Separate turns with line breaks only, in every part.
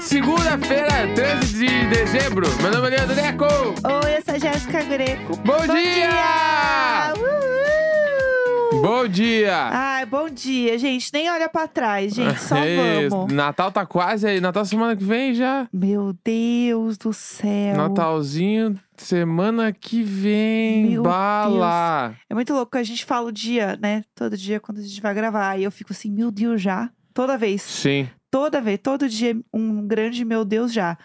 Segunda-feira, 13 de dezembro. Meu nome é Leandro Neco.
Oi, eu sou a Jéssica Greco.
Bom, dia!
Uhul!
Bom dia!
Ai, bom dia, gente. Nem olha pra trás, gente. Ah, Só
Isso,
vamos.
Natal tá quase aí. Natal semana que vem já.
Meu Deus do céu.
tá. Natalzinho semana que vem.
Meu
Bala!
É muito louco que a gente fala o dia, né? Todo dia quando a gente vai gravar. Aí eu fico assim, meu Deus já. Toda vez.
Sim.
Toda vez. Todo dia um grande meu Deus já.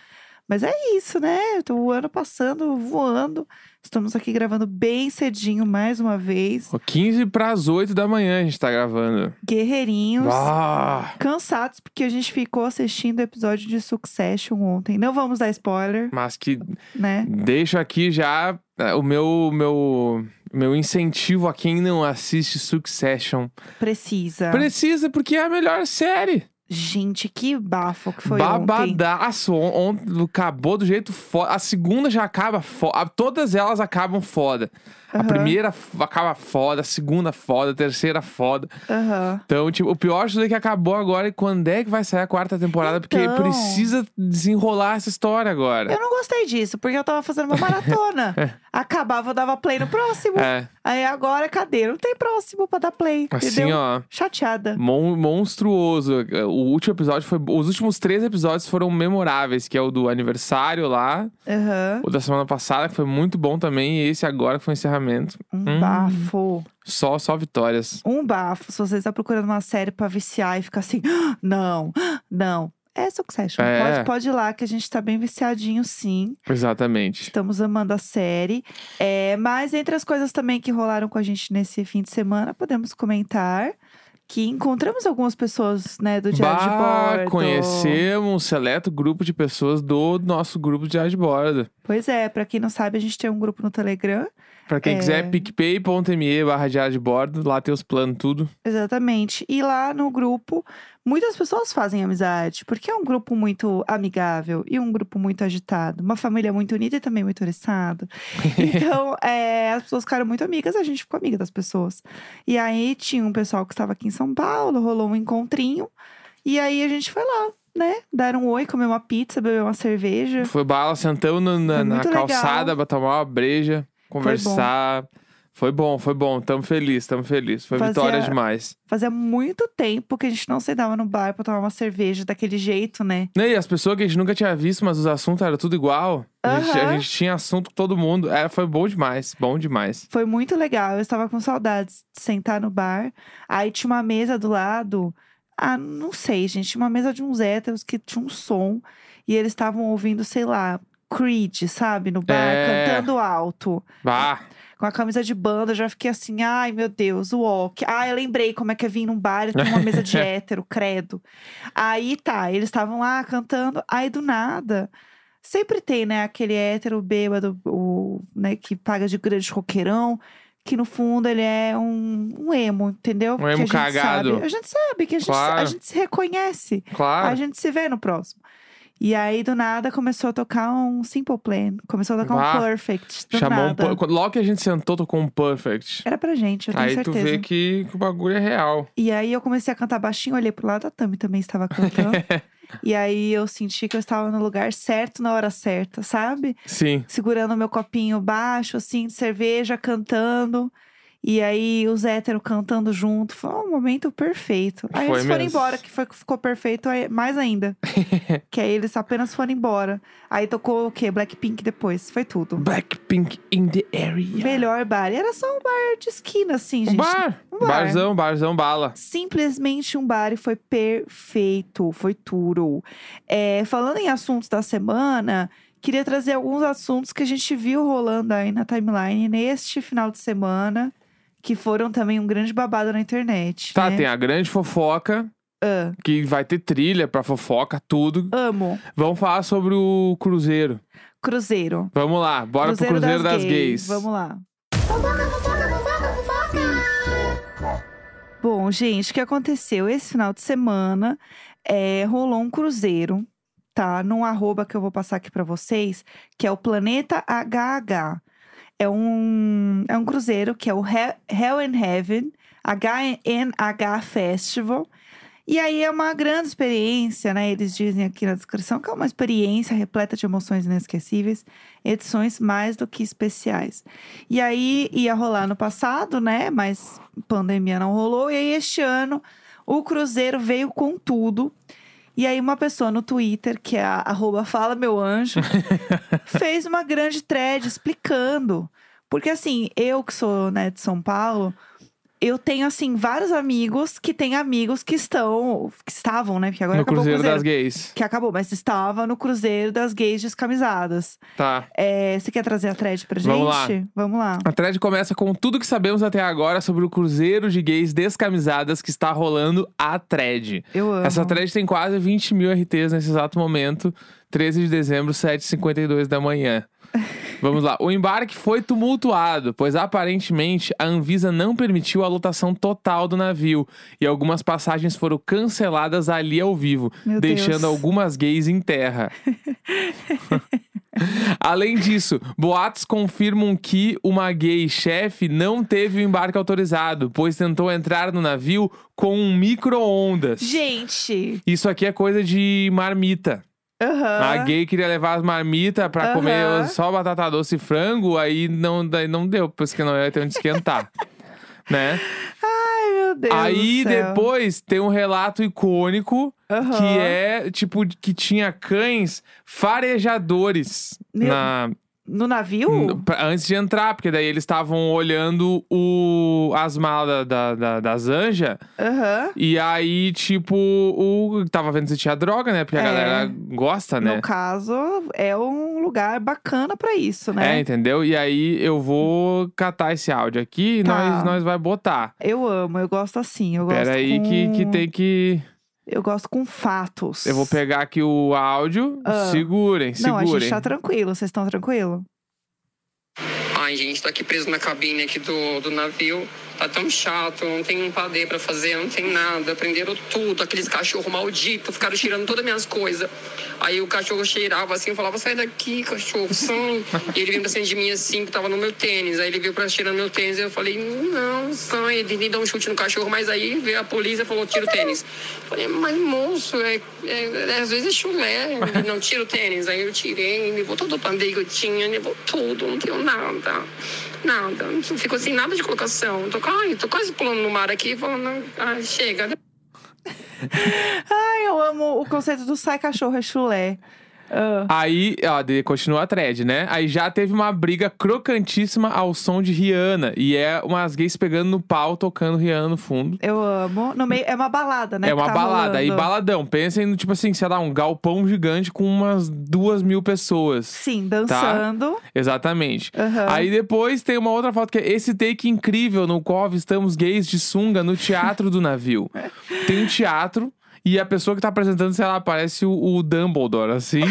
Mas é isso, né? O ano passando, voando. Estamos aqui gravando bem cedinho mais uma vez.
Ó, 15 pras 8 da manhã a gente tá gravando.
Guerreirinhos.
Ah,
cansados porque a gente ficou assistindo o episódio de Succession ontem. Não vamos dar spoiler,
mas que
né?
Deixo aqui já eh, o meu, meu, meu incentivo a quem não assiste Succession.
Precisa.
Precisa, porque é a melhor série.
Gente, que bafo que foi ontem.
Babadaço. On, on- acabou do jeito foda. A segunda já acaba foda. Todas elas acabam foda. A
Aham,
primeira f- acaba foda, a segunda foda, a terceira foda.
aham.
Então, tipo, o pior de tudo é que acabou agora e quando é que vai sair a quarta temporada?
Então.
Porque precisa desenrolar essa história agora.
Eu não gostei disso, porque eu tava fazendo uma maratona. Acabava, eu dava play no próximo.
É,
Aí agora, cadê? Não tem próximo pra dar play,
assim,
entendeu?
ó.
Chateada.
Mon- monstruoso. O último episódio foi. Os últimos três episódios foram memoráveis, que é o do aniversário lá,
Aham.
o da semana passada, que foi muito bom também, e esse agora que foi o encerramento.
Um
Hum.
bafo.
Só, só vitórias.
Um bafo. Se você está procurando uma série pra viciar e ficar assim, "Ah, não, ah, não. É Succession.
É.
Pode, pode ir lá, que a gente tá bem viciadinho, sim.
Exatamente.
Estamos amando a série. É, mas entre as coisas também que rolaram com a gente nesse fim de semana, podemos comentar que encontramos algumas pessoas, né, do Diário
Bah,
de Bordo.
conhecemos um seleto grupo de pessoas do nosso grupo de de bordo.
Pois é, pra quem não sabe, a gente tem um grupo no Telegram.
Pra quem
É.
quiser, picpay.me barra diário de bordo, lá tem os planos, tudo.
Exatamente. E lá no grupo, muitas pessoas fazem amizade, porque é um grupo muito amigável e um grupo muito agitado. Uma família muito unida e também muito oriçada. Então, é, as pessoas ficaram muito amigas, a gente ficou amiga das pessoas. E aí tinha um pessoal que estava aqui em São Paulo, rolou um encontrinho. E aí a gente foi lá, né? Dar um oi, comer uma pizza, beber uma cerveja.
Foi bala, sentamos no- na,
Foi
na
muito legal.
calçada pra tomar uma breja, conversar. Foi bom, foi bom. Tamo feliz, tamo feliz. Foi
Fazia-
vitória demais.
Fazia muito tempo que a gente não se dava no bar pra tomar uma cerveja daquele jeito, né?
Né, E as pessoas que a gente nunca tinha visto, mas os assuntos eram tudo igual. A, gente, a
Aham.
gente tinha assunto com todo mundo. É, foi bom demais, bom demais.
Foi muito legal. Eu estava com saudades de sentar no bar. Aí tinha uma mesa do lado. Ah, não sei, gente. Tinha uma mesa de uns héteros que tinha um som. E eles estavam ouvindo, sei lá, Creed, sabe? No bar,
É.
cantando alto.
Bah,
Com a camisa de banda, eu já fiquei assim, ai meu Deus, o walk. Ah, eu lembrei como é que é vir num bar e ter uma mesa de hétero, credo. Aí tá, eles estavam lá cantando. Aí do nada, sempre tem, né, aquele hétero bêbado, o, né, que paga de grande roqueirão, que no fundo ele é um, um emo, entendeu? Que a
emo
gente
cagado.
sabe. A gente sabe, que a gente, a
Claro.
gente se reconhece. A
claro.
gente se vê no próximo. E aí, do nada, começou a tocar um Simple Plan. Começou a tocar
Bah,
um Perfect. Do
Chamou um
nada.
pu- quando- Logo que a gente sentou, tocou um perfect.
Era pra gente, eu tenho
Aí tu
certeza.
vê que, que o bagulho é real.
E aí eu comecei a cantar baixinho, olhei pro lado, a Tami também estava cantando. e aí eu senti que eu estava no lugar certo na hora certa, sabe?
Sim.
Segurando meu copinho baixo, assim, de cerveja, cantando. E aí os héteros cantando junto. Foi um momento perfeito. Aí
Foi
eles foram
mesmo.
embora, que foi que ficou perfeito aí- mais ainda. que aí eles apenas foram embora. Aí tocou o quê? Blackpink depois. Foi tudo.
Blackpink in the area.
Melhor bar. E era só um bar de esquina, assim,
Um
gente.
bar.
um bar.
Barzão, barzão, bala.
Simplesmente um bar e foi perfeito, foi tudo. É, falando em assuntos da semana, queria trazer alguns assuntos que a gente viu rolando aí na timeline neste final de semana, que foram também um grande babado na internet.
Tá,
né?
tem a grande fofoca.
Ah.
Que vai ter trilha pra fofoca, tudo.
Amo.
Vamos falar sobre o Cruzeiro.
Cruzeiro.
Vamos lá, bora
Cruzeiro,
pro Cruzeiro das, gays.
Vamos lá. Bom, gente, o que aconteceu? Esse final de semana é, rolou um cruzeiro, tá? Num arroba que eu vou passar aqui pra vocês, que é o Planeta HH. É um, é um cruzeiro que é o He- Hell and Heaven, HNH Festival. E aí é uma grande experiência, né? Eles dizem aqui na descrição que é uma experiência repleta de emoções inesquecíveis, edições mais do que especiais. E aí ia rolar no passado, né? Mas pandemia não rolou. E aí este ano o Cruzeiro veio com tudo. E aí uma pessoa no Twitter, que é a arroba fala meu anjo, fez uma grande thread explicando. Porque assim, eu que sou né, de São Paulo, eu tenho assim vários amigos que têm amigos que estão, que estavam, né? Porque agora
no
acabou
Cruzeiro,
o
das
Cruzeiro
Gays.
que acabou, mas estava no Cruzeiro das gays descamisadas.
Tá.
É, você quer trazer a thread pra gente?
Vamos
Vamos lá.
A thread começa com tudo que sabemos até agora sobre o Cruzeiro de Gays Descamisadas que está rolando a thread.
Eu amo.
Essa thread tem quase 20 mil RTs nesse exato momento, 13 de dezembro, 7h52 da manhã. Vamos lá. O embarque foi tumultuado, pois aparentemente a Anvisa não permitiu a lotação total do navio e algumas passagens foram canceladas ali ao vivo,
Meu
deixando
Deus.
algumas gays em terra. Além disso, boatos confirmam que uma gay chefe não teve o embarque autorizado, pois tentou entrar no navio com um micro-ondas.
Gente!
Isso aqui é coisa de marmita. A
Aham.
gay queria levar as marmitas pra
Aham.
comer só batata doce e frango, aí não, daí não deu, porque não ia ter onde esquentar. né?
Ai, meu Deus.
aí
do céu.
depois tem um relato icônico
Aham.
que é tipo que tinha cães farejadores
Meu-
na,
No navio?
N- pra- Antes de entrar, porque daí eles estavam olhando o, as malas da, da, da Zanja.
Aham.
E aí, tipo, o, tava vendo se tinha droga, né? Porque a
É.
galera gosta, né?
No caso, é um lugar bacana pra isso,
É,
né?
entendeu? E aí eu vou catar esse áudio aqui e
Tá.
nós, nós vai botar.
Eu amo, eu gosto assim. Eu gosto
Pera aí
com...
que, que tem que...
Eu gosto com fatos.
Eu vou pegar aqui o áudio.
Ah.
Segurem,
Não, a gente
segurem.
tá tranquilo. Vocês estão tranquilo?
Ai, gente, tô aqui preso na cabine aqui do, do navio. Tá tão chato, não tem um padê pra fazer, não tem nada. Prenderam tudo, aqueles cachorros malditos, ficaram cheirando todas as minhas coisas. Aí o cachorro cheirava assim, eu falava, sai daqui, cachorro, sai. e ele vinha pra cima de mim assim, que tava no meu tênis. Aí ele veio pra cheirando meu tênis, eu falei, não, sai. Ele nem dá um chute no cachorro, mas aí veio a polícia e falou, tira o tênis. Eu falei, mas moço, é, é- é- às vezes é chulé, Ele, não tira o tênis. Aí eu tirei, levou todo o pandeio que eu tinha, levou tudo, não tenho nada. Nada, não ficou sem nada de colocação. Tô, ai, tô quase pulando no mar aqui, falando, ai, chega.
Ai, eu amo o conceito do sai cachorro é chulé. Ah.
Aí, ó, de- continua a thread, né? Aí já teve uma briga crocantíssima ao som de Rihanna. E é umas gays pegando no pau, tocando Rihanna no fundo.
Eu amo. No meio, é uma balada, né?
é
que
uma
tá
balada. Aí,
rolando.
baladão. Pensem no, tipo assim, sei lá, um galpão gigante com umas duas mil pessoas.
Sim, dançando.
Exatamente.
Aham.
Aí depois tem uma outra foto que é esse take incrível no qual avistamos gays de sunga no teatro do navio. Tem um teatro e a pessoa que tá apresentando, sei lá, parece o, o Dumbledore, assim.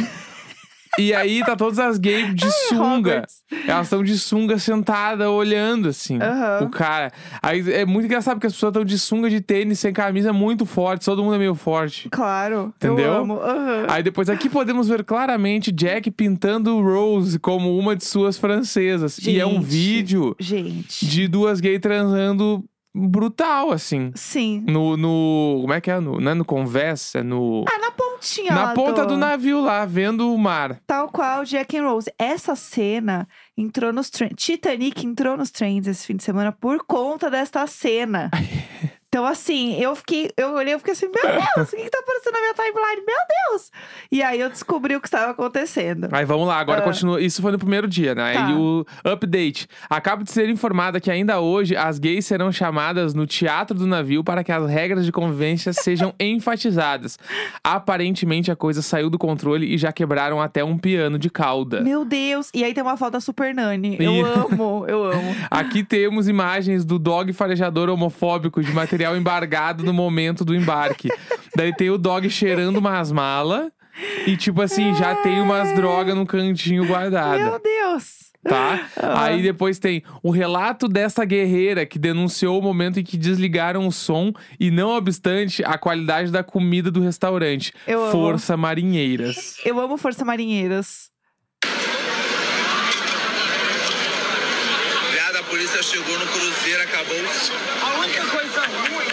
E aí tá todas as gays de sunga.
Roberts.
Elas estão de sunga sentada, olhando, assim,
Aham.
o cara. Aí é muito engraçado porque as pessoas estão de sunga de tênis, sem camisa, muito forte. Todo mundo é meio forte.
Claro.
Entendeu?
Eu amo. Aham.
Aí depois aqui podemos ver claramente Jack pintando Rose como uma de suas francesas. E é um
Gente.
vídeo
Gente.
de duas gays transando brutal, assim.
Sim.
No, no. Como é que é? No, não é no conversa, é no.
Ah, na pontinha
na
lá
ponta do
do
navio lá, vendo o mar.
Tal qual Jack and Rose. Essa cena entrou nos trends. Titanic entrou nos trends esse fim de semana por conta desta cena. Então, assim, eu fiquei, eu olhei e fiquei assim, meu Deus, o que, que tá aparecendo na minha timeline? Meu Deus! E aí eu descobri o que estava acontecendo.
Aí vamos lá, agora
Ah.
continua. Isso foi no primeiro dia, né?
Tá.
E o update. Acabo de ser informada que ainda hoje as gays serão chamadas no teatro do navio para que as regras de convivência sejam enfatizadas. Aparentemente a coisa saiu do controle e já quebraram até um piano de cauda.
Meu Deus! E aí tem uma foto da Super Nani.
Ih.
Eu amo, eu amo.
Aqui temos imagens do dog farejador homofóbico de material embargado no momento do embarque. Daí tem o dog cheirando umas malas e, tipo assim, já tem umas drogas no cantinho
Meu
guardada.
Deus!
Tá?
Ah.
Aí depois tem o relato dessa guerreira que denunciou o momento em que desligaram o som e, não obstante, a qualidade da comida do restaurante.
Eu amo.
Força Marinheiras.
Eu amo Força Marinheiras.
Viado, a polícia chegou no cruzeiro, acabou. A única coisa ruim.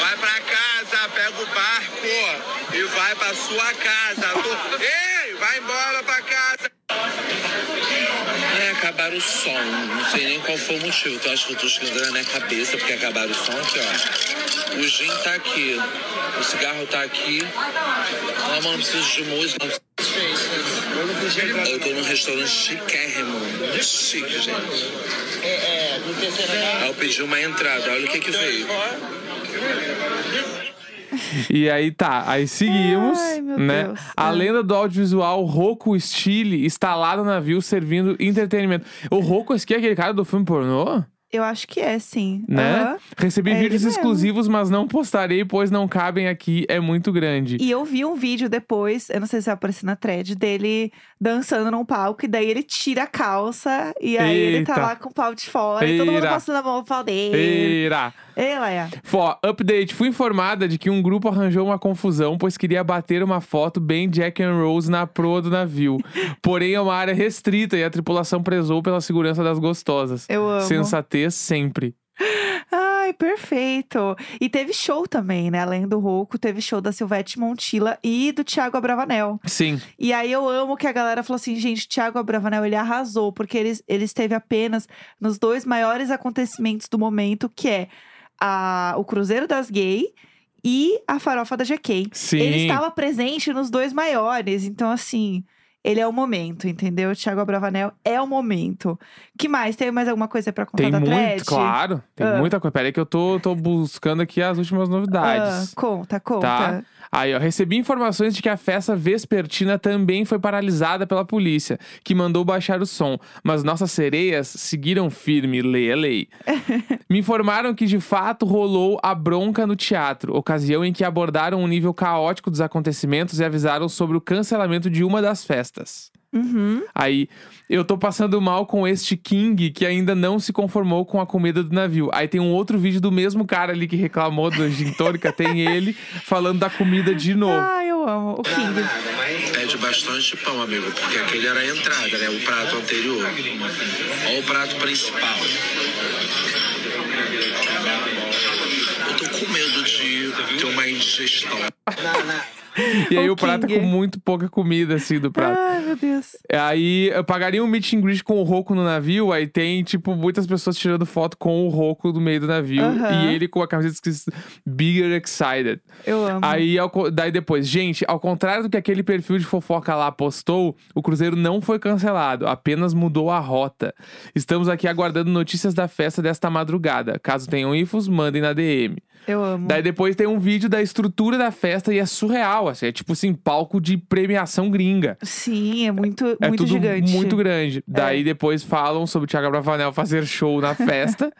Vai pra casa, pega o e vai pra sua casa. Tu- Ei, vai embora pra casa.
Ai, acabaram o som. Não sei nem qual foi o motivo. Então acho que eu tô esquentando na minha cabeça porque acabaram o som aqui, ó. O gin tá aqui. O cigarro tá aqui. Ah, mas não preciso de música. não preciso- Eu tô num restaurante chiquérrimo. Muito chique, gente. Aí eu pedi uma entrada. Olha o que que veio.
E aí tá, aí seguimos,
Ai, meu
né?
Deus.
A
É.
lenda do audiovisual Rocco Stile está lá no navio servindo entretenimento. O Rocco, esse aqui é aquele cara do filme pornô,
Eu acho que é, sim.
né?
Aham.
Recebi
É ele
vídeos
mesmo.
exclusivos, mas não postarei, pois não cabem aqui, é muito grande.
E eu vi um vídeo depois, eu não sei se vai aparecer na thread, dele dançando num palco, e daí ele tira a calça, e aí ele tá
Eita.
lá com o pau de fora, e todo mundo
Eira.
passando a mão no pau dele.
Eira.
Ei, Leia.
Fó, update. Fui informada de que um grupo arranjou uma confusão, pois queria bater uma foto bem Jack and Rose na proa do navio. Porém, é uma área restrita e a tripulação prezou pela segurança das gostosas.
Eu amo.
Sensatez sempre.
Ai, perfeito. E teve show também, né? Além do Rouco, teve show da Silvete Montila e do Thiago Abravanel.
Sim.
E aí eu amo que a galera falou assim, gente, Thiago Abravanel, ele arrasou, porque ele, ele esteve apenas nos dois maiores acontecimentos do momento, que é a, o Cruzeiro das Gay e a Farofa da GK.
Sim.
Ele estava presente nos dois maiores, então assim, ele é o momento, entendeu? Thiago Abravanel é o momento. Que mais? Tem mais alguma coisa pra contar
Tem
da
muito,
thread?
claro. Tem
Ah.
muita coisa. Pera aí que eu tô, tô buscando aqui as últimas
Ah,
novidades.
conta, conta.
Tá. Aí, ó, recebi informações de que a festa vespertina também foi paralisada pela polícia, que mandou baixar o som. Mas nossas sereias seguiram firme, lei é lei. Me informaram que de fato rolou a bronca no teatro, ocasião em que abordaram um nível caótico dos acontecimentos e avisaram sobre o cancelamento de uma das festas.
Uhum.
Aí, eu tô passando mal com este King que ainda não se conformou com a comida do navio. Aí tem um outro vídeo do mesmo cara ali que reclamou do gin tônica, tem ele falando da comida de novo.
Ah, eu amo. O King.
Pede bastante pão, amigo, porque aquele era a entrada, né? O prato anterior. Olha o prato principal. Eu tô com medo de ter uma indigestão.
E aí
Ah, o
o prato é
King. Ah.
com muito pouca comida, assim, do prato. É,
Ai, meu Deus.
Aí eu pagaria um meet and greet com o Roco no navio. Aí tem, tipo, muitas pessoas tirando foto com o Roco no meio do navio.
Aham.
E ele com a camiseta escrita Bigger Excited.
Eu amo.
Aí, ao co- daí depois, gente, ao contrário do que aquele perfil de fofoca lá postou, o Cruzeiro não foi cancelado, apenas mudou a rota. Estamos aqui aguardando notícias da festa desta madrugada. Caso tenham infos, mandem na DM.
Eu amo.
Daí depois tem um vídeo da estrutura da festa e é surreal, assim, é tipo assim, palco de premiação gringa.
Sim, é muito,
É
muito
tudo
gigante. É.
muito grande. Daí depois falam sobre o Thiago Bravanel fazer show na festa,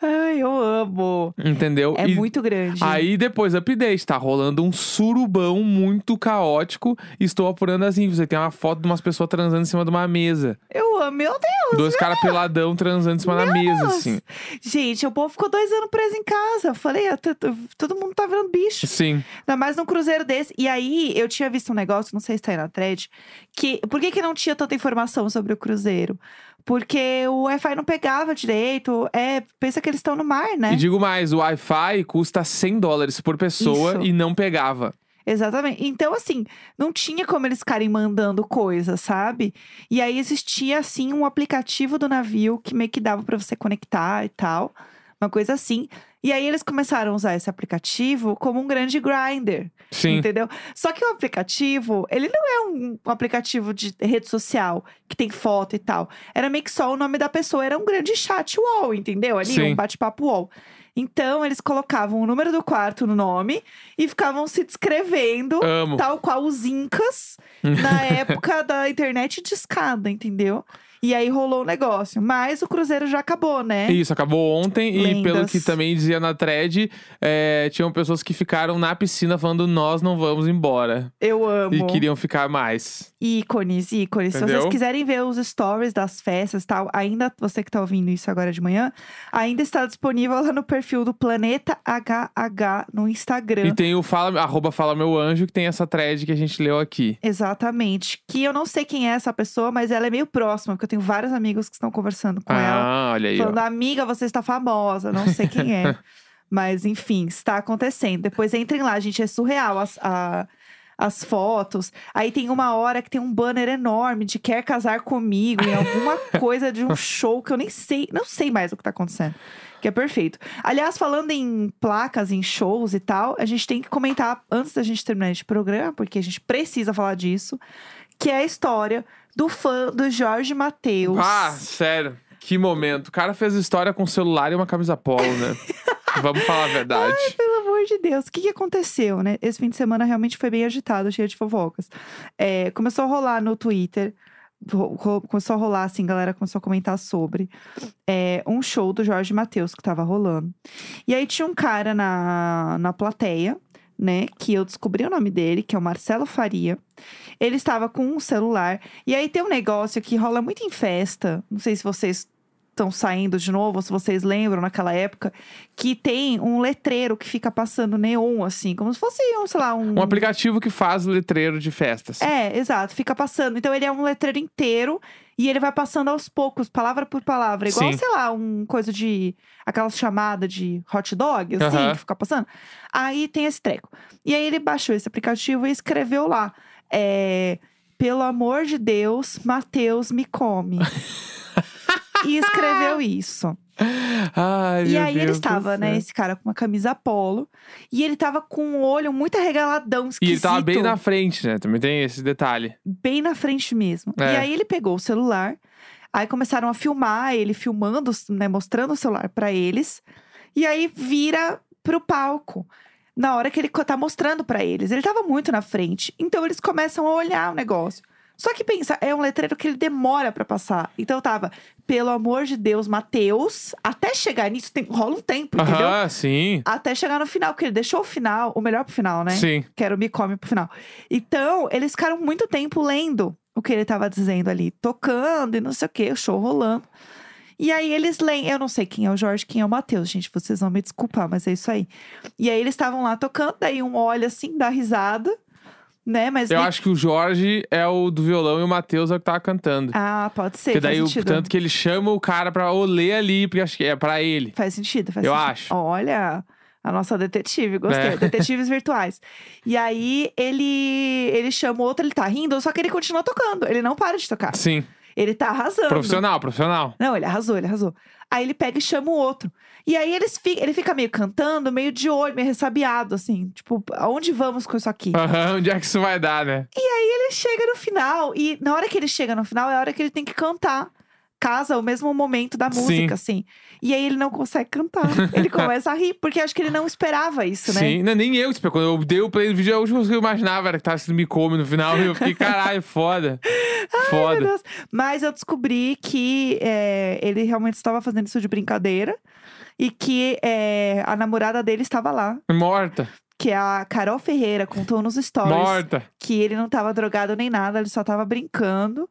Ai, eu amo.
entendeu?
É
E-
muito grande.
Aí depois, update, tá rolando um surubão muito caótico. Estou apurando as infos. Aí tem uma foto de umas pessoas transando em cima de uma mesa.
Eu amo, meu Deus.
Dois caras peladão transando em cima da mesa,
Deus.
assim.
Gente, o povo ficou dois anos preso em casa. Eu falei, ah, t- t- todo mundo tá virando bicho.
Sim.
Ainda mais num cruzeiro desse. E aí, eu tinha visto um negócio, não sei se tá aí na thread, que... Por que que não tinha tanta informação sobre o cruzeiro? Porque o Wi-Fi não pegava direito. É, pensa que eles estão no mar, né?
E digo mais, o Wi-Fi custa 100 dólares por pessoa
Isso.
e não pegava.
Exatamente. Então, assim, não tinha como eles ficarem mandando coisa, sabe? E aí existia, assim, um aplicativo do navio que meio que dava pra você conectar e tal. Uma coisa assim. E aí eles começaram a usar esse aplicativo como um grande grinder.
Sim.
Entendeu? Só que o aplicativo, ele não é um, um aplicativo de rede social que tem foto e tal. Era meio que só o nome da pessoa, era um grande chat wall, entendeu? Ali,
Sim.
um bate-papo wall. Então, eles colocavam o número do quarto no nome e ficavam se descrevendo,
Amo.
tal qual os incas, na época da internet de escada, entendeu? E aí rolou o negócio. Mas o cruzeiro já acabou, né?
Isso, acabou ontem e pelo
Lendas.
que também dizia na thread, é, tinham pessoas que ficaram na piscina falando nós não vamos embora.
Eu amo.
E queriam ficar mais.
ícones, ícones. Se
Entendeu?
vocês quiserem ver os stories das festas e tal, ainda você que tá ouvindo isso agora de manhã, ainda está disponível lá no perfil do Planeta HH no Instagram.
E tem o fala, arroba fala meu anjo, que tem essa thread que a gente leu aqui.
Exatamente. Que eu não sei quem é essa pessoa, mas ela é meio próxima, porque eu tenho vários amigos que estão conversando com ela.
Ah, olha aí. ó.
Falando, amiga, você está famosa, não sei quem é. Mas, enfim, está acontecendo. Depois entrem lá, gente, é surreal as, a- as fotos. Aí tem uma hora que tem um banner enorme de quer casar comigo em alguma coisa de um show que eu nem sei, não sei mais o que tá acontecendo. Que é perfeito. Aliás, falando em placas, em shows e tal, a gente tem que comentar antes da gente terminar este programa, porque a gente precisa falar disso, que é a história do fã do Jorge Matheus.
Ah, sério. Que momento. O cara fez história com um celular e uma camisa polo, né? Vamos falar a verdade.
Pelo amor de Deus, o que, que aconteceu, né? Esse fim de semana realmente foi bem agitado, cheio de fofocas. É, começou a rolar no Twitter, ro- ro- começou a rolar assim, galera começou a comentar sobre é, um show do Jorge Matheus que tava rolando. E aí tinha um cara na, na plateia, né? Que eu descobri o nome dele, que é o Marcelo Faria. Ele estava com um celular. E aí tem um negócio que rola muito em festa. Não sei se vocês estão saindo de novo, ou se vocês lembram naquela época, que tem um letreiro que fica passando neon, assim, como se fosse um, sei lá, um.
Um aplicativo que faz letreiro de festas.
É, exato, fica passando. Então ele é um letreiro inteiro e ele vai passando aos poucos, palavra por palavra. Igual,
Sim.
sei lá, um coisa de. aquela chamada de hot dog, assim,
Aham.
que fica passando. Aí tem esse treco. E aí ele baixou esse aplicativo e escreveu lá. É, Pelo amor de Deus, Mateus me come. e escreveu isso.
Ai,
E
meu
aí
Deus do
ele estava, né,
céu.
esse cara com uma camisa polo. E ele estava com um olho muito arregaladão,
E
esquisito
ele tava bem na frente, né? Também tem esse detalhe.
bem na frente mesmo.
É.
E aí ele pegou o celular, aí começaram a filmar ele filmando, né, mostrando o celular pra eles. E aí vira pro palco. Na hora que ele co- tá mostrando pra eles, ele tava muito na frente. Então eles começam a olhar o negócio. Só que pensa, é um letreiro que ele demora pra passar. Então tava, pelo amor de Deus, Mateus, até chegar nisso tem- rola um tempo, entendeu?
Aham, sim.
Até chegar no final, porque ele deixou o final, o melhor pro final, né?
Sim.
Quero me come pro final. Então, eles ficaram muito tempo lendo o que ele tava dizendo ali, tocando e não sei o que, o show rolando. E aí eles leem, eu não sei quem é o Jorge, quem é o Matheus, gente, vocês vão me desculpar, mas é isso aí. E aí eles estavam lá tocando, daí um olha assim, dá risada, né? Mas
Eu
nem-
acho que o Jorge é o do violão e o Matheus é o que tava cantando.
ah, pode ser,
Porque
faz
daí, o-
sentido.
tanto que ele chama o cara pra olê ali, porque acho que é pra ele.
Faz sentido, faz
Eu
sentido.
acho.
Olha, a nossa detetive, gostei.
É.
Detetives virtuais. E aí ele ele chama o outro, ele tá rindo, só que ele continua tocando. Ele não para de tocar.
Sim.
Ele tá arrasando.
Profissional, profissional.
Não, ele arrasou, ele arrasou. Aí ele pega e chama o outro. E aí eles fi- ele fica meio cantando, meio de olho, meio ressabiado, assim. Tipo, aonde vamos com isso aqui?
Aham, onde é que isso vai dar, né?
Ele chega no final, e na hora que ele chega no final, é a hora que ele tem que cantar. Casa é o mesmo momento da
Sim.
música, assim. E aí ele não consegue cantar. Ele começa a rir, porque acho que ele não esperava isso, né?
Sim, não, nem eu, tipo, quando eu dei o play do vídeo, a última coisa que eu imaginava era que tava sendo me come no final, e eu fiquei, caralho, foda.
Ai, meu
Foda.
Deus. Mas eu descobri que é, ele realmente estava fazendo isso de brincadeira. E que é, a namorada dele estava lá.
Morta,
Que é a Carol Ferreira contou nos stories
morta.
que ele não estava drogado nem nada, ele só estava brincando.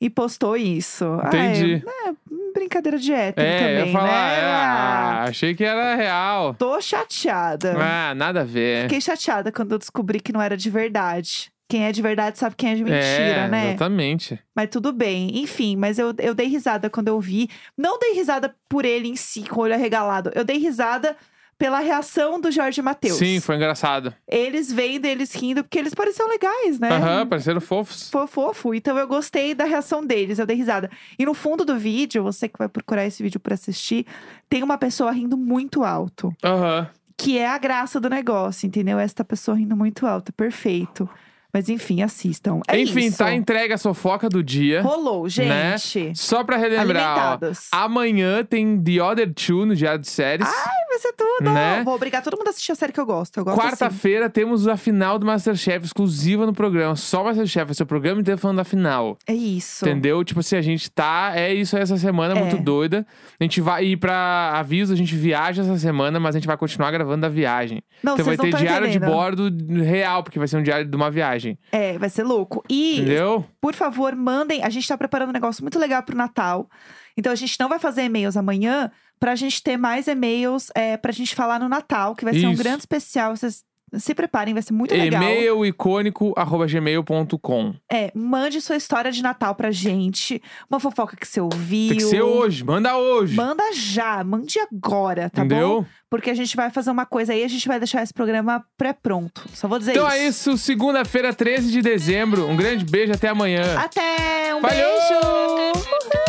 E postou isso. Ah,
Entendi.
é, é, brincadeira de hétero
É, eu
também,
ia falar,
né?
é,
Ah,
ah, achei que era real.
Tô chateada.
Ah, nada a ver.
Fiquei chateada quando eu descobri que não era de verdade. Quem é de verdade sabe quem é de mentira,
é,
né?
Exatamente.
Mas tudo bem. Enfim, mas eu, eu dei risada quando eu vi. Não dei risada por ele em si, com o olho arregalado. Eu dei risada pela reação do Jorge Matheus.
Sim, foi engraçado.
Eles vendo, eles rindo, porque eles pareciam legais, né?
Aham, pareceram fofos.
Foi fofo. Então eu gostei da reação deles, eu dei risada. E no fundo do vídeo, você que vai procurar esse vídeo pra assistir, tem uma pessoa rindo muito alto.
Aham.
Que é a graça do negócio, entendeu? Esta pessoa rindo muito alto, perfeito. Mas enfim, assistam. É
Enfim,
isso.
tá entregue a sofoca do dia.
Rolou,
né?
gente.
Só pra relembrar, ó,
Alimentadas.
amanhã tem The Other Two no Diário de Séries.
Ai, vai ser tudo!
Né?
Vou obrigar todo mundo a assistir a série que eu gosto. Eu gosto assim.
Quarta-feira temos a final do Masterchef exclusiva no programa. Só Masterchef, vai ser o programa inteiro falando da final.
É isso.
Entendeu? Tipo assim, a gente tá. É isso aí essa semana,
É.
muito doida. A gente vai ir pra aviso, a gente viaja essa semana, mas a gente vai continuar gravando a viagem.
Não,
então vai
vocês não
ter
tão
diário de
entendendo.
bordo real, porque vai ser um diário de uma viagem.
É, vai ser louco. E,
Entendeu?
por favor, mandem. A gente tá preparando um negócio muito legal pro Natal. Então a gente não vai fazer e-mails amanhã pra gente ter mais e-mails é, pra gente falar no Natal, que vai ser um
Isso.
grande especial. Vocês Se preparem, vai ser muito legal.
E-mail icônico arroba gmail.com.
É, mande sua história de Natal pra gente. Uma fofoca que você ouviu.
Tem que ser hoje, manda hoje.
Manda já, mande agora, tá bom?
entendeu?
Porque a gente vai fazer uma coisa aí, a gente vai deixar esse programa pré-pronto. Só vou dizer
Então
isso.
é isso, segunda-feira, 13 de dezembro. Um grande beijo, até amanhã.
Até, um
Valeu!
beijo! Uhul!